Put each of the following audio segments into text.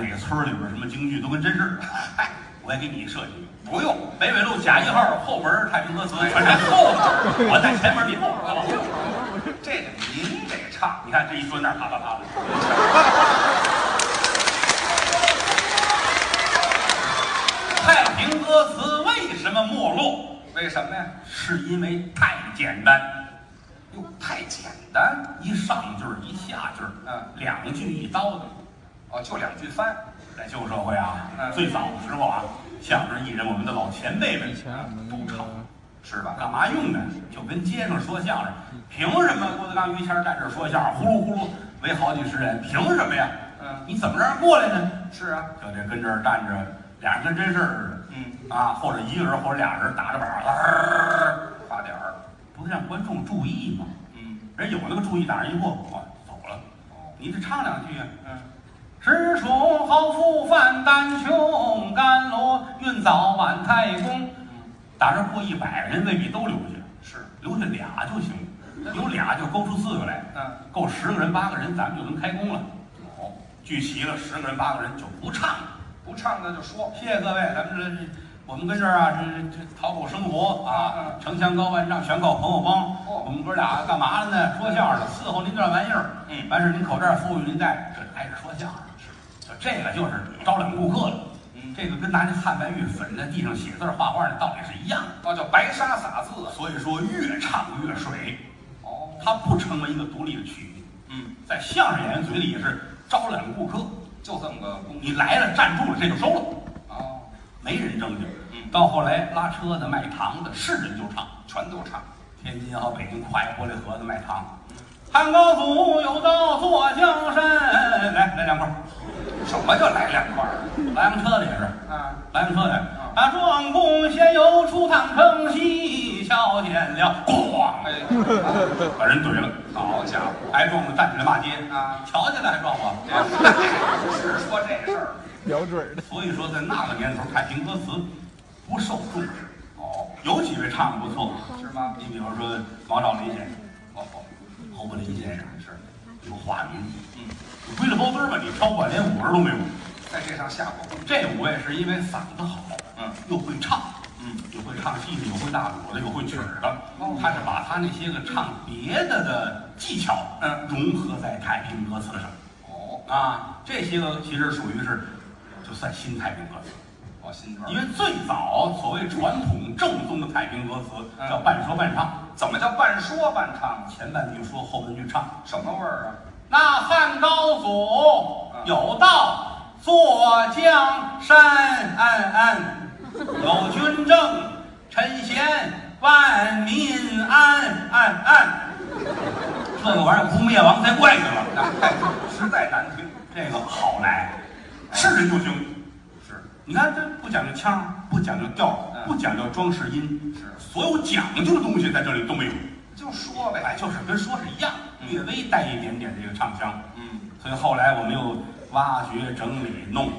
那个村儿里边儿什么京剧都跟真似的。嗨，我也给你设计一个，不用北纬路甲一号后门太平河祠，全在后门儿，我在前门儿，你后门儿，好不好？这个您这个唱，你看这一说那儿啪啪啪的， 太平歌词为什么没落？为什么呀？是因为太简单。哟，太简单，一上句儿一下句儿，嗯，两句一刀的，哦，就两句翻。在旧社会啊，嗯最早的时候啊，相声艺人我们的老前辈们都唱，是吧？干嘛用呢？就跟街上说相声，凭什么郭德纲、于谦儿站这儿说相声，呼噜呼噜围好几十人，凭什么呀？嗯你怎么让人过来呢？是啊，就得跟这儿站着，俩人跟真事儿似的，嗯啊，或者一个人或者俩人打着板儿，发点儿，不是让观众注意吗？嗯，人有那个注意，打人一过，哦，走了。哦，你这唱两句啊。嗯，知崇豪富范丹穷，甘罗运早晚太公。打这过一百人未必都留下，是，留下俩就行，有俩就勾出四个来，嗯，够十个人八个人，咱们就能开工了。哦，聚齐了十个人八个人就不唱了。不唱的就说，谢谢各位，咱们这我们跟这儿啊，这这讨口生活啊，城墙高万丈，全靠朋友帮。哦我们哥俩干嘛的呢？说相声的，伺候您这玩意儿。嗯完事儿您口罩富裕您戴，这挨着说相声。就这个就是招揽顾客了。嗯这个跟拿那汉白玉粉在地上写字儿画画的道理是一样的。哦，叫白沙撒字，所以说，越唱越水，哦，它不成为一个独立的曲艺，嗯，在相声演员嘴里也是招揽顾客。就这么个功，你来了，站住了，这就收了。哦，没人正经。嗯到后来拉车的、卖糖的，是人就唱。全都唱，天津也好，北京快玻璃盒子卖糖。汉高祖有道坐江山，来来两块儿，什么叫来两块儿来辆车的也是，啊？来辆车的。啊，壮公闲游出趟坑西，瞧见了，咣，哎，把人怼了，好家伙，挨撞了站起来骂街啊瞧见了还撞我。是说这事儿，瞄准儿的，所以说，在那个年头，太平歌词不受重视。哦，有几位唱的不错，是吗？你比如说王兆林先生，哦哦，侯宝林先生是刘华云，嗯，你归了包堆儿吧，你挑管连五十都没有。在这上下过功，这五位是因为嗓子好，嗯，又会唱，嗯，又会唱戏的，又会大鼓的，又会曲儿的。他是把他那些个唱别的的技巧，嗯融合在太平歌词上。哦，啊，这些个其实属于是，就算新太平歌词。哦，新歌因，为最早所谓传统正宗的太平歌词嗯叫半说半唱，怎么叫半说半唱啊？前半句说，后半句唱。什么味儿啊？那汉高祖嗯有道坐江山，安安有军政，臣贤万民安安安。这个玩意儿不灭亡才怪呢嘛！那实在难听，这个好来，是人就行。是，你看这不讲究腔儿，不讲究调儿，嗯不讲究装饰音，是所有讲究的东西在这里都没有。就说哎，呗，就是跟说是一样，嗯略微带一点点这个唱腔。嗯，所以后来我们又挖掘、整理、弄，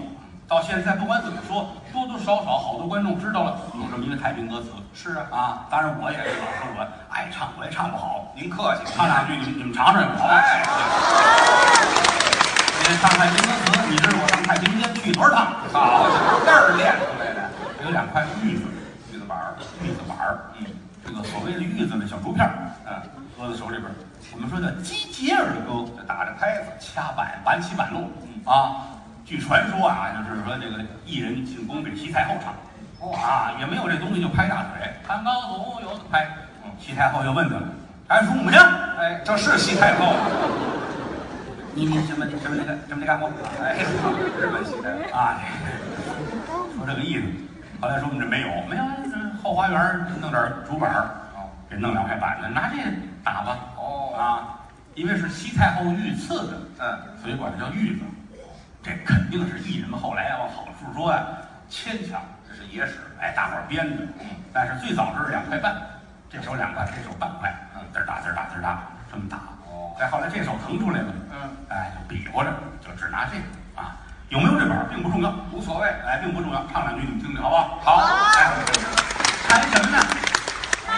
到现在不管怎么说，多多少少好多观众知道了有这么一个太平歌词是啊，啊。当然我也是，老师我爱唱，我也唱不好，您客气，唱两句你们你们尝尝也不好。哎，你唱太平歌词，你知道我上太平间去多少趟？好，那儿练出来的有两块玉子，玉子板儿，玉子板儿，嗯，这个所谓的玉子呢，小竹片儿，啊嗯，搁在手里边儿，我们说叫击节而歌，就打着拍子掐板，板起板落，嗯啊。据传说啊，就是说这个艺人进宫给西太后唱，哦啊，也没有这东西就拍大腿，汉高祖有的拍，嗯西太后就问他了，还说母娘，哎，这是西太后，你你什么你什么这个什么这干过？哎，日本西太后，啊， 说这个意思。后来说我们这没有，没有，这后花园儿弄点儿竹板儿，给弄两块板子，拿这打吧。哦啊，因为是西太后御赐的，嗯，所以管它叫御子。这肯定是艺人们后来啊要往好处说呀、牵强，这是野史，哎，大伙儿编的。但是最早时候两块半，这手两块，这手半块，嗯，滋儿打滋儿打滋儿打，这么打。哦再后来这手腾出来了，嗯，哎，就比划着，就只拿这个啊，有没有这本儿并不重要。无所谓，哎，并不重要，唱两句你们听听，好不好？好，哎，看什么呢？啊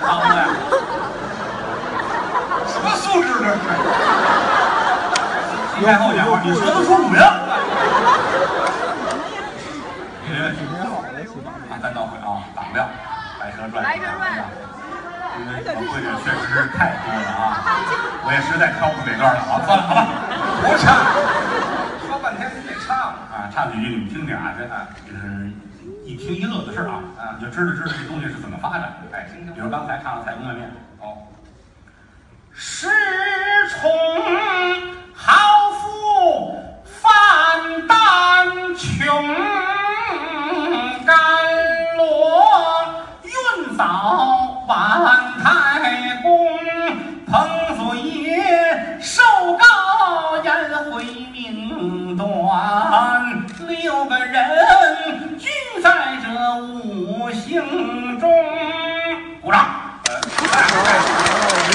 唱歌呀，什么素质这是？西太后讲话，你说的是我呀？你这啊，咱倒会啊，挡不了《白蛇传》。白蛇传啊因为我会的确实是太多了啊，我也实在挑不出哪段了啊，算了好了。不唱，说半天你得唱，啊，唱几句你们听听啊，这啊，就是一听一乐的事儿啊，啊，你就知道知道这东西是怎么发展。哎，听比听。如刚才唱的《彩虹外面》，哦，恃宠豪富泛淡穷，甘罗运早晚太公，彭祖爷寿高颜回命短，六个人均在这五行中。鼓掌。又是这儿又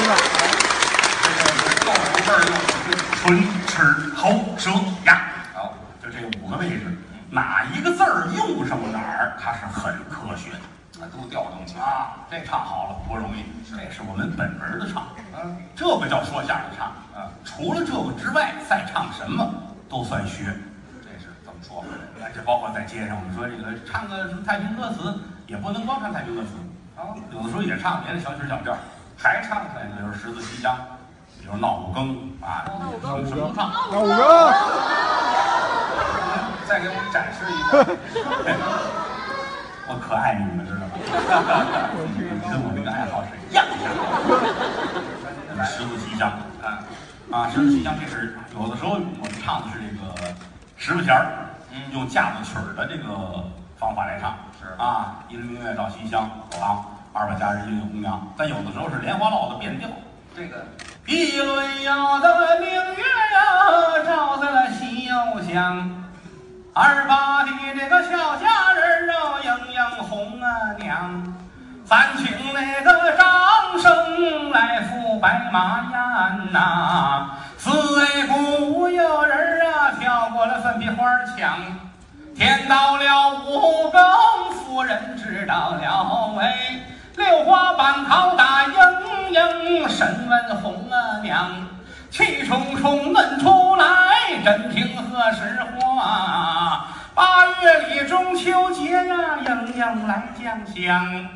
是那儿唇、齿、喉、舌、牙，好，就这五个位置，哪一个字儿用上哪儿，它是很科学的那都调动起来。啊。这唱好了不容易，这是我们本门的唱，嗯这个叫说相声唱。啊嗯，除了这个之外，再唱什么都算学。这是怎么说？哎这包括在街上，我们说这个唱个什么太平歌词，也不能光唱太平歌词，啊哦，有的时候也唱别的小曲小调，还唱呢，比如十字西厢，比如闹五更啊，什么什么都唱。五个，再给我们展示一个。 我可爱你们了，知 道吗？跟我那个爱好是一样的。十字西厢啊，啊，十字西厢这是有的时候我们唱的是这个十字弦儿，嗯用架子曲儿的这个方法来唱。是啊，一轮明月照西厢啊，二百佳人心有红娘。但有的时候是莲花落的变调。这个一轮呀的明月呀，照在了西游乡。二八的这个俏佳人啊，盈盈红啊娘。咱请那个张生来赴白马宴呐、四位古有人啊，跳过了粉皮花墙。天到了五更，夫人知道了哎，六花板拷打盈盈，审问红啊娘，气冲冲问出来，真情何时还？八月里中秋节呀、盈盈来将香；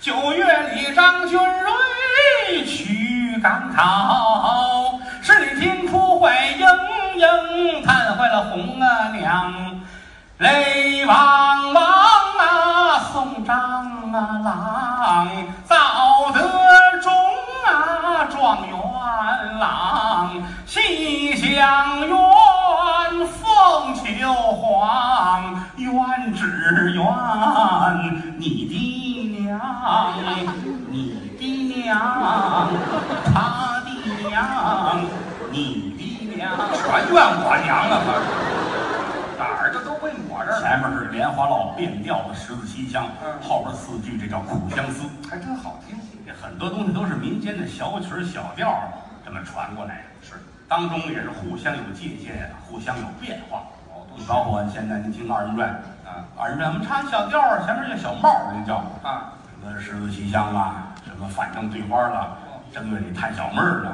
九月里张君瑞去赶考。是你听出坏盈盈，叹坏了红啊娘。泪汪汪啊，送张啊郎，早得中啊状元郎，西厢院凤求凰，冤只冤你的娘，你的娘，他的娘，你的娘，全怨我娘了吧？哪儿这都归我这儿来，前面是莲花落变调的十字西厢，嗯后边四句这叫苦相思。还真好听。这很多东西都是民间的小曲儿小调儿这么传过来的，是当中也是互相有借鉴，互相有变化。哦都你是包括现在您听二人转啊，二人转我们唱小调儿，前面叫小帽儿，您叫啊，什么十字西厢啦，什么反正对花啦，正月里探小妹儿啦，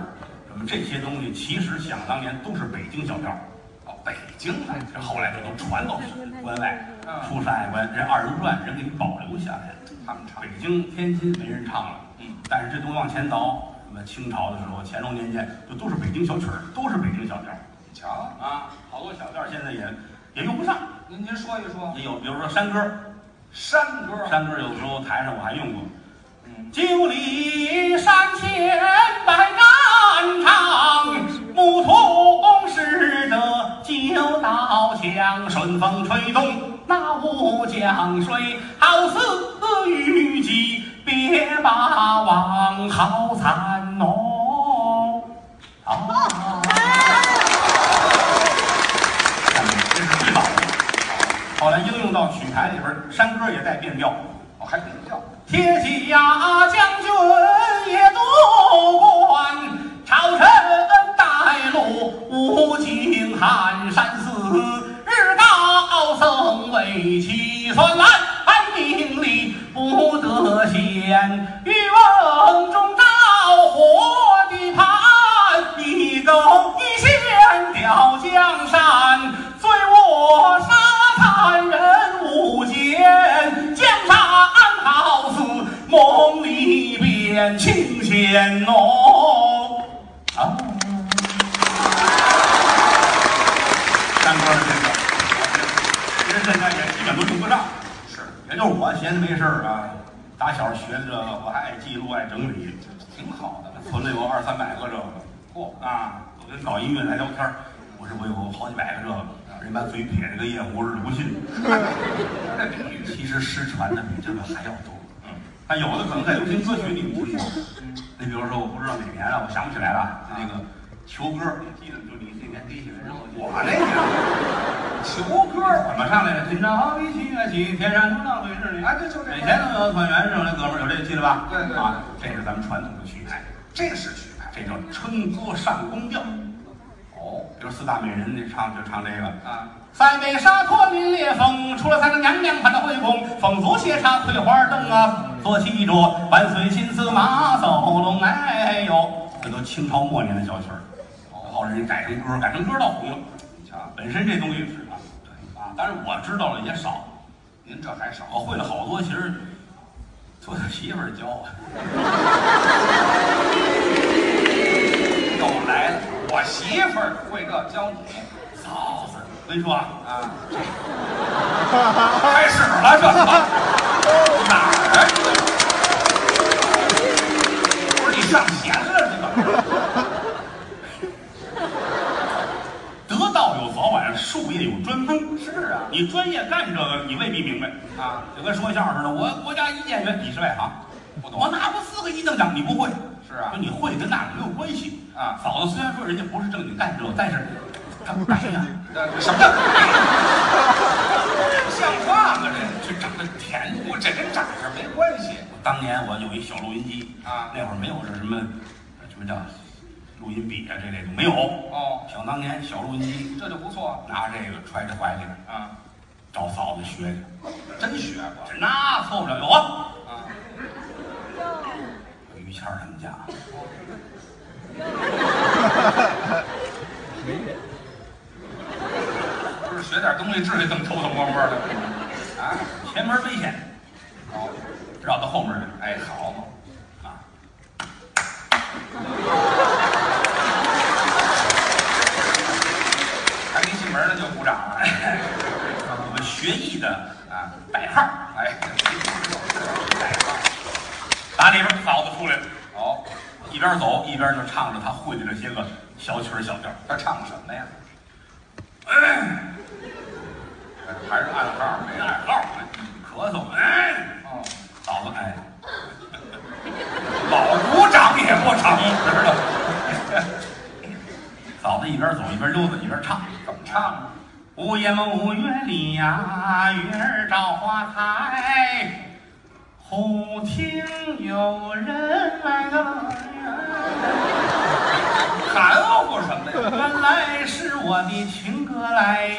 什么这些东西，其实想当年都是北京小调儿。哦，北京的，这后来这都传到关外嗯，出山海关，人二人转人给你保留下来了。他们唱北京、天津没人唱了，嗯，但是这东西往前倒，什么清朝的时候、乾隆年间，就都是北京小曲儿，都是北京小调儿瞧，啊，好多小调儿现在也也用不上，您您说一说也有比如说山歌，山歌，山歌有时候台上我还用过，嗯，九里山前百战场，牧童拾得九道枪，顺风吹动那乌江水，好似虞姬别把王，好惨哦！好，这是最早的。后来应用到曲牌里边，山歌也带变调。哦，还比较，铁骑呀，将军也渡关，朝臣带路，武警寒山寺，日高僧为妻算来，命里不得闲，欲望中着火的盘，一钩一线吊脚见哦。啊，山歌的这个，其实现在也基本都用不上。是也就是我闲着没事儿啊，打小学的这个，我还爱记录，爱整理，挺好的嘛。存了有二三百个这个嚯、啊。我跟搞音乐来聊天儿，我这我有好几百个这个，人把嘴撇着跟夜壶似的，不信。那比喻其实失传的比这个还要多。嗯，但有的可能在流行歌曲里不听过。你比如说，我不知道哪年了，我想不起来了。就那个球歌，你记得就你那年低起来之后，我那年球歌儿，怎么上来的？今朝好比七月起，天上中道对日里。啊这就这以前哎都有团圆上来哥们儿，有这记得吧？对对对啊，这是咱们传统的曲牌，这是曲牌。这叫撑歌上宫调。哦比如四大美人，那唱就唱这个。啊，塞北沙坡林裂缝，出了三个娘娘盘的惠宫，凤足斜插翠花灯啊，坐骑着万岁金丝马走龙，哎呦，这都清朝末年的小曲儿，哦后来人改成歌，改成歌倒红了。你瞧，本身这东西是啊，对啊，当然我知道了也少，您这还少我会了好多，其实我媳妇儿教啊我。又来了。我媳妇儿会这教你嫂子，我跟你说啊，啊，这开始了这哪儿啊？不是你上弦了这个？得道有早晚，术业有专攻。是啊，你专业干这个，你未必明白啊。就跟说相声似的，我国家一演员，你是外行，不懂我拿过四个一等奖，你不会。是啊跟你会跟那个没有关系啊嫂子虽然说人家不是正经干这个，但是她白呀，这什么叫不像话吗？这这长得甜，我这跟长相没关系。当年我有一小录音机啊那会儿没有这什么什么叫录音笔啊这类的没有。哦，想当年小录音机，这就不错拿着这个揣着怀里边，啊，找嫂子学去，真学过这那凑不了有啊。啊。于谦儿他们家，不是学点东西，至于这么偷偷摸摸的啊？前门危险，好，绕到后门来。哎，好嘛，啊，还没进门呢就鼓掌了。我们学艺的啊，摆号，哎，打里边嫂子出来了，好，一边走一边就唱着她会的这些个小曲儿小调儿。他唱什么呀？哎还是暗号哎没呀，老哎咳嗽，哎，哦，嫂子哎，老鼓掌也不长，知道吗 嫂子一边走一边溜达一边唱，怎么唱啊？五夜梦五月里呀，月儿照花台，忽听有人来了，含糊什么呀？原来是我的情哥来，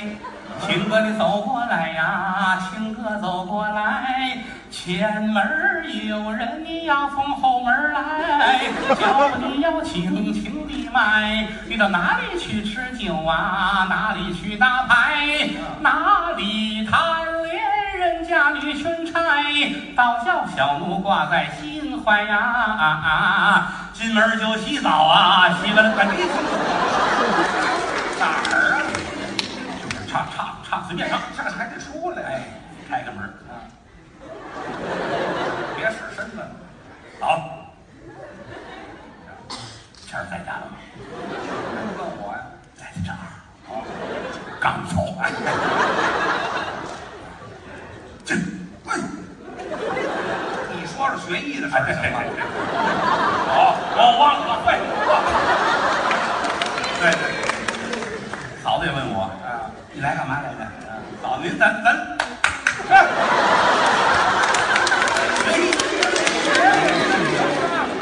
情哥你走过来呀，情哥走过来，前门儿有人你要从后门儿来，叫你要请情的买，你到哪里去吃酒啊？哪里去打牌？哪里贪恋人家女裙钗？倒叫小奴挂在心怀呀、啊啊！进门儿就洗澡啊，洗完了赶紧。哪儿啊？就是唱唱唱，随便唱。这还得出来。哎，开个门儿，啊，哎别使身子，好。谦儿在家了吗？问我呀？在这儿。哦刚走。哎这，哎，你说说学艺的事哎儿行吗？好，我忘了，会。对对对，嫂子也问我，哎啊，你来干嘛来的？嫂子，您咱咱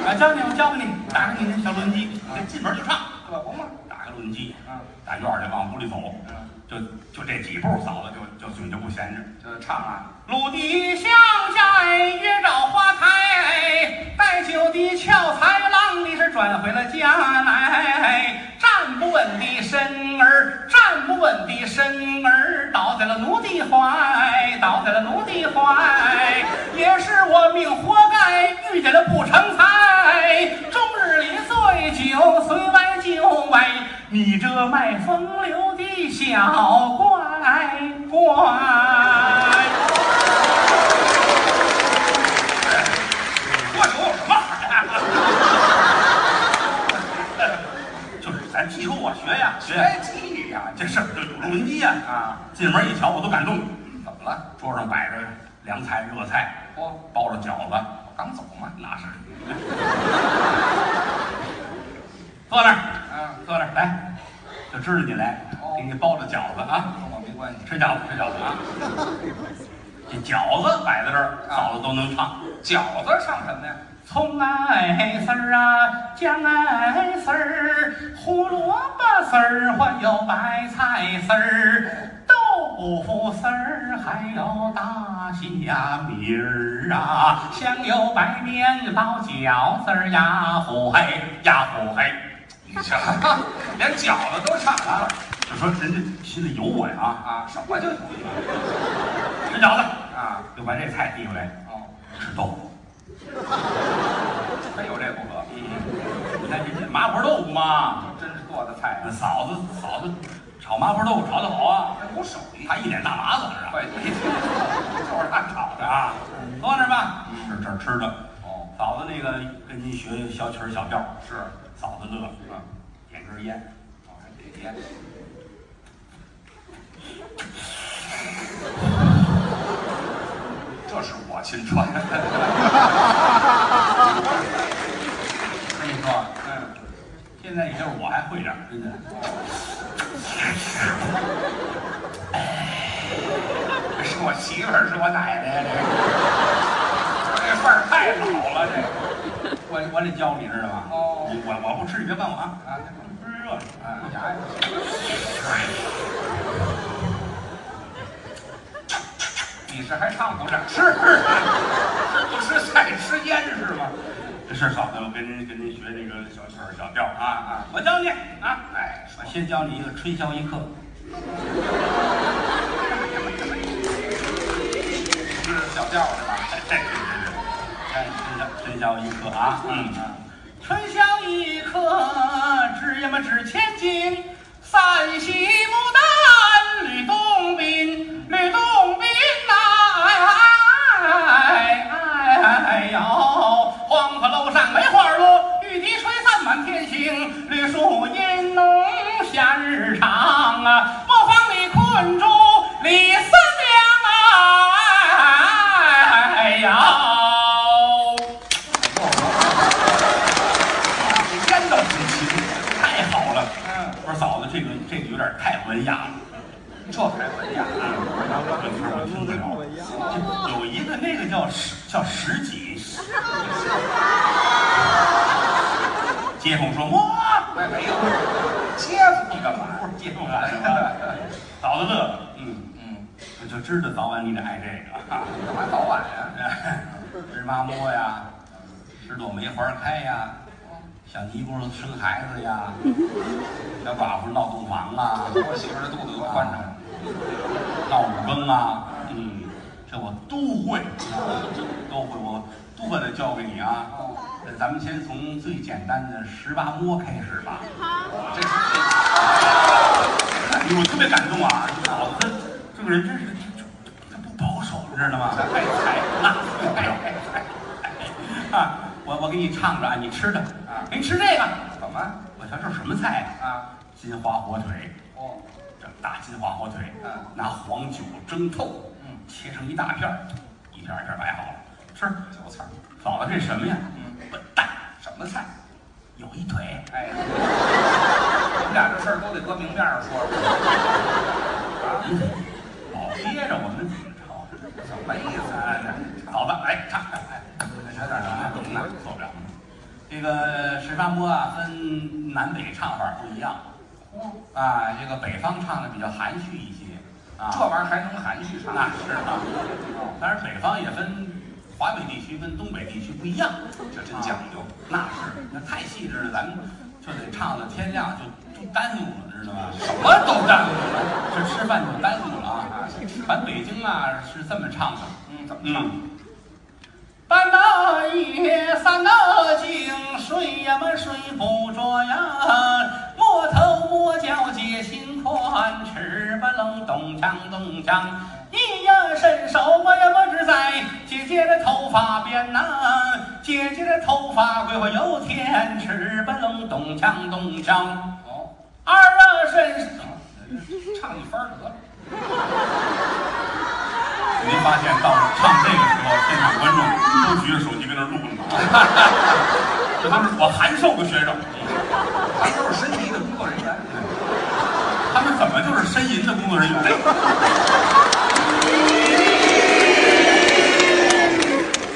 啊，教你，我教你，打开你那小轮机，进门就唱，可不嘛。打开轮机，啊，打院儿里往屋里走，嗯，就就这几步，嫂子就就嘴就不闲着。就唱啊。鲁地乡下约找花台，带酒的俏才郎你是转回了家来，站不稳的身儿，站不稳的身儿倒在了奴的怀，倒在了奴的怀，也是我命活该遇见了不成才，终你这卖风流的小乖乖，喝酒有什么好的？ 就是咱以后我学呀学呀哎，记呀，这事儿就有了文机呀啊！进门一瞧，我都感动。怎么了？桌上摆着凉菜、热菜，哦，包了饺子，我刚走嘛。那是。坐那儿，啊，坐那儿来，就知道你来，给你包了饺子啊。跟我没关系。吃饺子，吃饺子啊！这饺子摆在这儿，嫂子都能唱。饺子唱什么呀？葱哎丝儿啊，姜哎丝儿，胡萝卜丝儿，还有白菜丝儿，豆腐丝儿，还有大虾米儿啊，香油白面包饺子儿呀，呼嘿呀呼嘿。你瞧，连饺子都唱了就说人家心里有我呀啊！啊！什么就有一个吃饺子，啊？就把这菜递过来，哦，吃豆腐。真有这骨骼，你看人家麻婆豆腐嘛，真是做的菜那啊！嫂子嫂子炒麻婆豆腐炒得好啊，这不手艺，她一脸大麻子是吧？快没听说，哎就是他炒的。嗯啊，坐那儿吧，这这儿吃的。哦，嫂子那个跟您学小曲儿小调儿，是，嫂子乐了，啊，点根烟，哦，还别别，这是我亲传。跟你说，嗯，现在也就是我还会点儿，真的。哎这是我媳妇儿，是我奶奶呀，这个，这份儿太老了，这个。我我得教你知道吗？哦你我我不吃你别问我啊，啊，不是热哎那啊，牙呀，你是还唱不上吃？不吃菜吃烟是吗？这事儿嫂子，我跟您跟您学那个小曲儿小调儿啊啊，啊，我教你啊。哎，我先教你一个春宵一 刻，是小调是吧？哎，对对对，哎，春宵春宵一刻啊，嗯，春宵一刻，值呀么值千金，三喜牡丹，吕洞宾，吕洞宾呐、哎哎哎哎呦，黄鹤楼上梅花落，玉笛吹散满天星，绿树阴浓夏日长啊，磨坊里困住李四娘啊。哎呀，烟都挺勤，太好了！嗯，我说嫂子，这个这个有点太文雅了，这还文雅啊？这词儿我听不了。有一个那个叫十叫十几，街坊说哇，没没有，街坊干嘛？不是街坊干什么？嫂子乐了，嗯，嗯，我就知道早晚你得爱这个。干嘛早晚啊呀？ 日妈摸呀，十朵梅花开呀，小尼姑生孩子呀，小寡妇闹洞房啊，我媳妇儿这肚子多宽敞，闹五更啊，嗯，这我都会，都会，我都把它教给你啊。咱们先从最简单的十八摸开始吧。这是哎呦，我特别感动啊！老子这个人真是，这这这不保守，你知道吗？爱财。 啊，我我给你唱着啊，你吃的啊给你吃这个。怎么我瞧这是什么菜呀、啊？金华火腿，哦，这大金华火腿，嗯拿黄酒蒸透，嗯，切成一大片儿，一片儿一片儿摆好了，吃。韭菜儿，嫂子，这什么呀？嗯笨蛋，什么菜？有一腿。哎，你们俩这事儿都得搁明面上说说，老憋着我们怎么着？什么意思哎啊？，嫂子，哎，唱唱，哎，这有点难懂呢。受不了。这个十八摸啊，分南北唱法不一样啊。这个北方唱的比较含蓄一些啊，这玩意儿还能含蓄唱？那是啊。当然，北方也分华北地区跟东北地区不一样，这真讲究。那是，那太细致了，咱们就得唱到天亮就就耽误了，知道吗？什么都占了。这吃饭就耽误了啊！咱北京啊是这么唱的，嗯，怎么唱？嗯。半到夜，三到井，睡呀么睡不着呀，摸头我叫解心宽，吃吧楞咚锵咚锵，一呀伸手我呀我只在姐姐的头发边呐、姐姐的头发归我油田，吃吧楞咚锵咚锵，哦，二啊伸手，唱一番儿得了。您发现到了唱这个时候，现场观众都举着手机跟那录呢， 这都是我函授的学生，咱都是身体的工作人员，他们怎么就是呻吟的工作人员？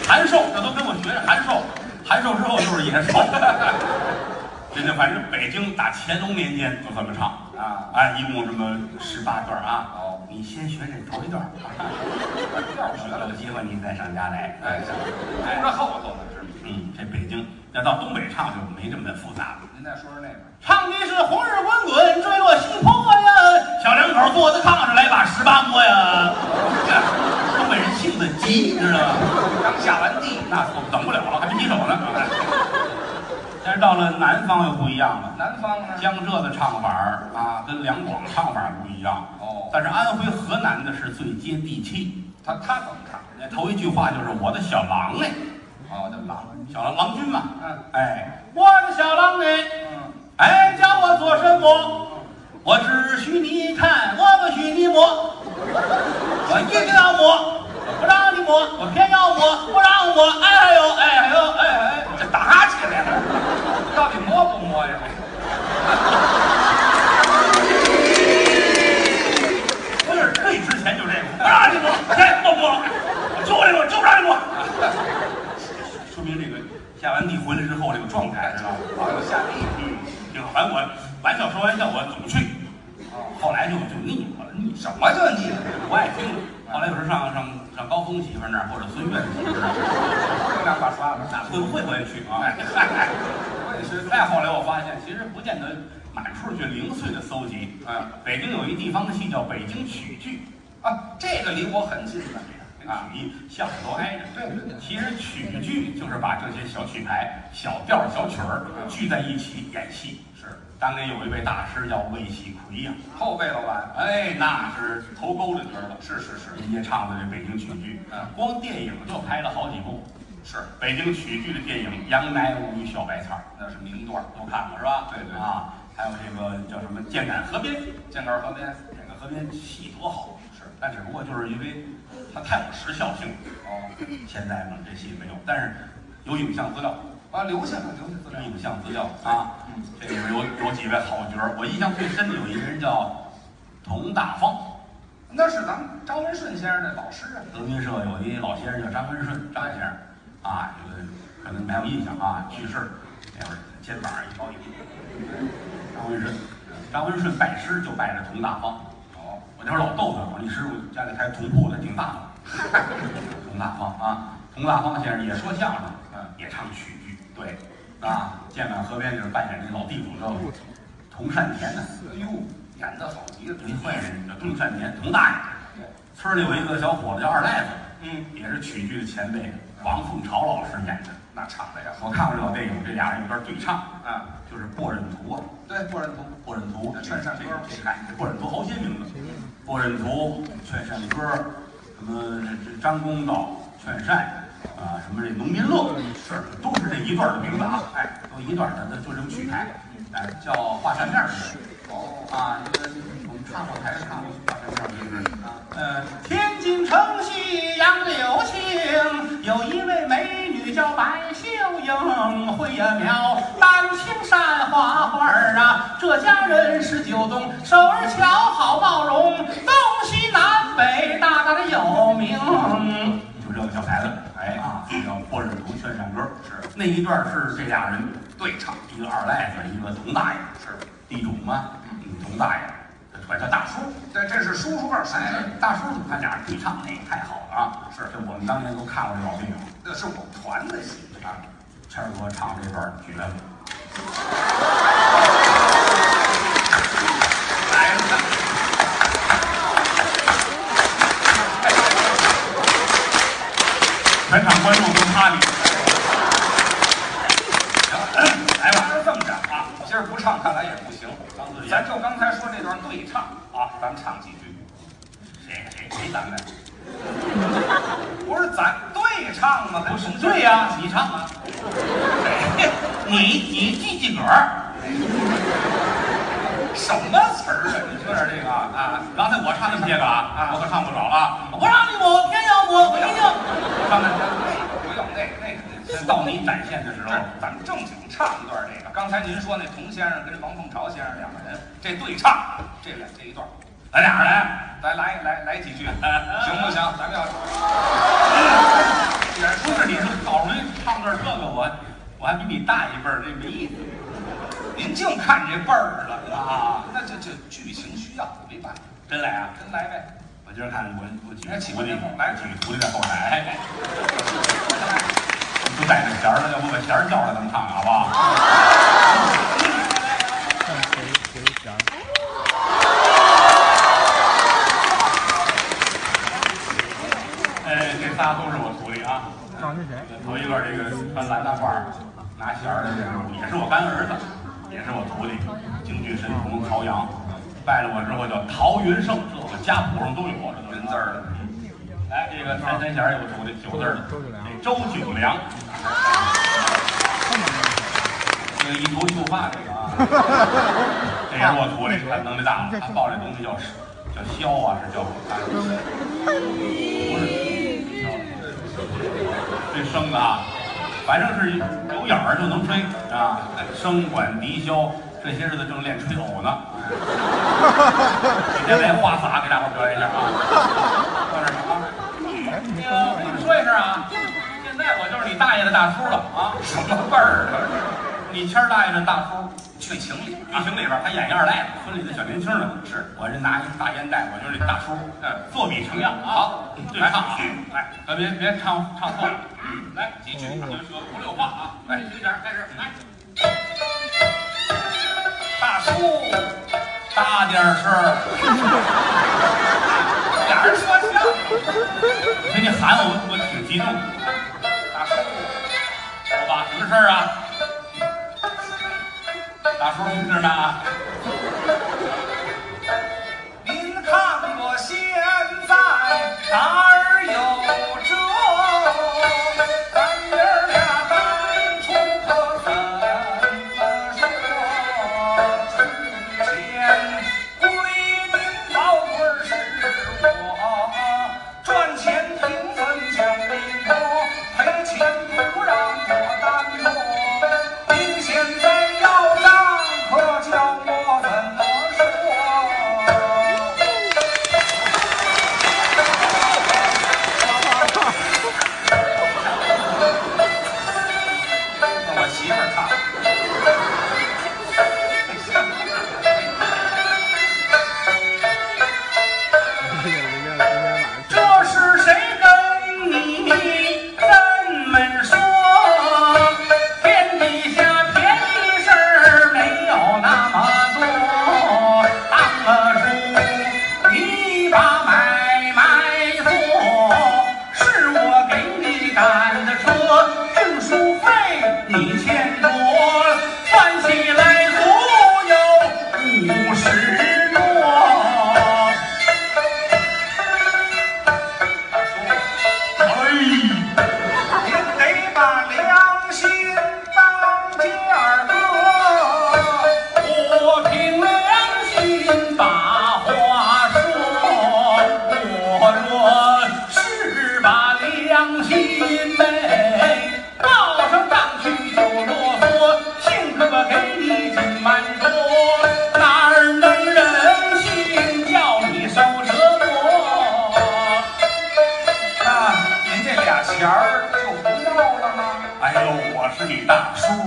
函授，这都跟我学的函授，函授之后就是演授。 这就反正北京打乾隆年间就这么唱啊哎，一共这么十八段啊。哦，你先学这头一 段，要学了有，机会您再上家来。哎，哎，着后头了是吗？嗯，这北京要到东北唱就没这么的复杂了。您再说说那个，唱的是红日滚滚坠落西坡呀，小两口坐在炕上来把十八摸呀，东北人性子急，你知道吗？刚下完地，那我等不了了，还没洗手呢。但是到了南方又不一样了，南方呢？江浙的唱法儿啊，跟两广唱法儿不一样。哦，但是安徽、河南的是最接地气。他他怎么唱？头一句话就是我的小郎哎，哦，叫狼。小郎郎君嘛，嗯哎，我的小郎哎。嗯，哎，叫我做什么？我只许你看，我不许你摸。我一定要摸，我不让你摸，我偏要摸，不让摸。哎呦，哎呦，哎哎，这打哈欠来了。到底摸不摸呀？不是，最值钱就这个，不让你摸，哎，不摸，我就这个，就不让你摸。说明这个下完地回来之后这个状态是吧？网友下地。嗯，挺好。反正我玩笑说玩笑，我总去。啊后来就就腻我了，腻什么叫你？不爱听了。后来有时候上上上高峰媳妇儿那儿，或者孙越媳妇儿那儿。这两把刷子。那会会回去啊？哎我也是。再后来我发现，其实不见得满处去零碎的搜集。啊嗯北京有一地方戏叫北京曲剧，啊，这个离我很近的。啊，曲相声都挨着。对对对。其实曲剧就是把这些小曲牌、小调儿、小曲儿聚在一起演戏。是当年有一位大师叫魏喜奎啊呀、后背了吧？哎，那是头勾着角儿了。是是是人家唱的这北京曲剧，啊嗯光电影就拍了好几部。是，北京曲剧的电影《杨乃武与小白菜》，那是名段。都看过是吧？对对啊，还有这个叫什么《剑杆河边》，建杆河边。这个河边戏多好，是，但只不过就是因为它太有时效性了，哦，现在呢这戏没有，但是有影像资料，啊，留下了，留下资有料。影像资料啊，这里面有有几位好角儿，我印象最深的有一个人叫佟大方，那是咱们张文顺先生的老师啊。德云社有一老先生叫张文顺，张先生，啊，这个可能你们还有印象啊，去世那会儿肩膀上一包一张文顺，张文顺拜师就拜了佟大方。哦，我那会儿老逗他，我说你师傅家里开铜铺的，挺大方。 佟大方啊，佟大方先生也说相声，嗯，也唱曲剧，对，啊，剑杆河边就是扮演那老地主叫佟善田呢，哎呦，演的好极了。一坏人叫佟善田，佟大爷。村里有一个小伙子叫二赖子，嗯，也是曲剧的前辈，王凤朝老师演的。那唱的呀好。我看过这老电影，这俩人有段对唱，啊，就是《拨忍图》啊。对，过人头。拨忍图那劝善歌这这哎，拨忍图好些名字，拨忍图、劝善歌，什么这这张公道、劝善啊，什么这农民乐，是都是这一段的名字啊，哎，都一段的，那就这么曲牌，哎，叫画扇面儿似哦，的啊，因为我们唱过台上唱过画扇面儿就是啊，呃，天津城西杨柳青，有一位美女叫白秀英，会呀描丹青山花花儿啊，这家人是九东首尔桥好包容，东西南北大大的有名。就这个小孩子，哎啊，这叫拨忍图劝善歌，是那一段是这俩人对唱，一个二赖子，一个佟大爷，是地主嘛，嗯，佟大爷，管叫大叔。对，这是叔叔辈儿谁？哎，大叔，他俩对唱那个太好了啊！是，这我们当年都看过这老电影那是我团的戏啊。谦儿哥唱这段儿绝了，来了。全场观众都趴你。行，来吧，这么着啊，今儿不唱看来也不行。行，张自咱言，就刚才说那段对唱啊，咱们唱几句。谁谁谁咱们？不是咱对唱吗？咱重对呀、你唱啊。谁？你你记记个儿，什么词儿啊？你说点这个啊？刚才我唱那么些个啊，啊我可唱不少了。我让你我偏要我，我一定。刚才不用那个那个那个，到你展现的时这候，儿咱们正经唱一段这个。刚才您说那童先生跟王凤朝先生两个人这对唱，这两这一段，咱俩人。来来来来几句，行不行？咱们要既然说是你说好容易唱段这个，我我还比你大一辈儿，这没意思。您净看这辈儿了啊啊？那这这剧情需要，没办法，真来啊！跟来呗。我今儿看我我举哎起徒弟来来举徒弟在后台，哎不带着弦儿了，要不把弦儿叫来咱们唱好不好？哎，这仨都是我徒弟啊。找那谁？头一个这个穿蓝大褂儿拿弦儿的这个，也是我干儿子，也是我徒弟，京剧神童陶阳，拜了我之后叫陶云胜，这我家谱上都有这个人字儿的。来，这个弹三弦儿有徒弟九字儿的，这周九良，这个一头秀发这个啊，这也是我 徒弟，他能耐大了，他抱这东西叫叫箫啊，是叫不是？这笙啊，反正是有眼儿就能吹啊，笙管笛箫，这些日子正练吹偶呢。今天来花洒给大伙儿表演一下啊，到这儿啊。哎，你那没说个，我跟你说一声啊，现在我就是你大爷的大叔了啊！什么辈儿啊？你谦儿大爷的大叔，剧情里边剧情里边还演一二赖子，村里的小年轻呢。是，我这拿一大烟袋，我就是这大叔，嗯，作比成样啊。好，对唱啊，来，可别别唱唱错了，嗯来几嗯句，就说五六话啊，来，一点开始，来。大叔，大点声。 俩人说相声，人家喊我，我挺激动。大叔，说吧，什么事儿啊？大叔听着呢啊，您看我现在哪儿有这？咱爷儿俩当初可怎么说？之前归您老棍儿是我，赚钱平分九零多，赔钱不让我担落。您现在要账，可叫我怎么说？那我媳妇儿唱。这个人家今天晚这上是谁跟你咱们说？天底下便宜事儿没有那么多。当个主，你把买卖做，是我给你赶的车，运输费你欠多，算起来足有五十多。哎，您得把良心当尖儿搁，我凭良心把话说，我若是把良心昧，报上账去就啰嗦，幸可我给你几万多，哪儿能忍心叫你受折磨？那您这俩钱儿就不要了吗？哎呦，我是你大叔，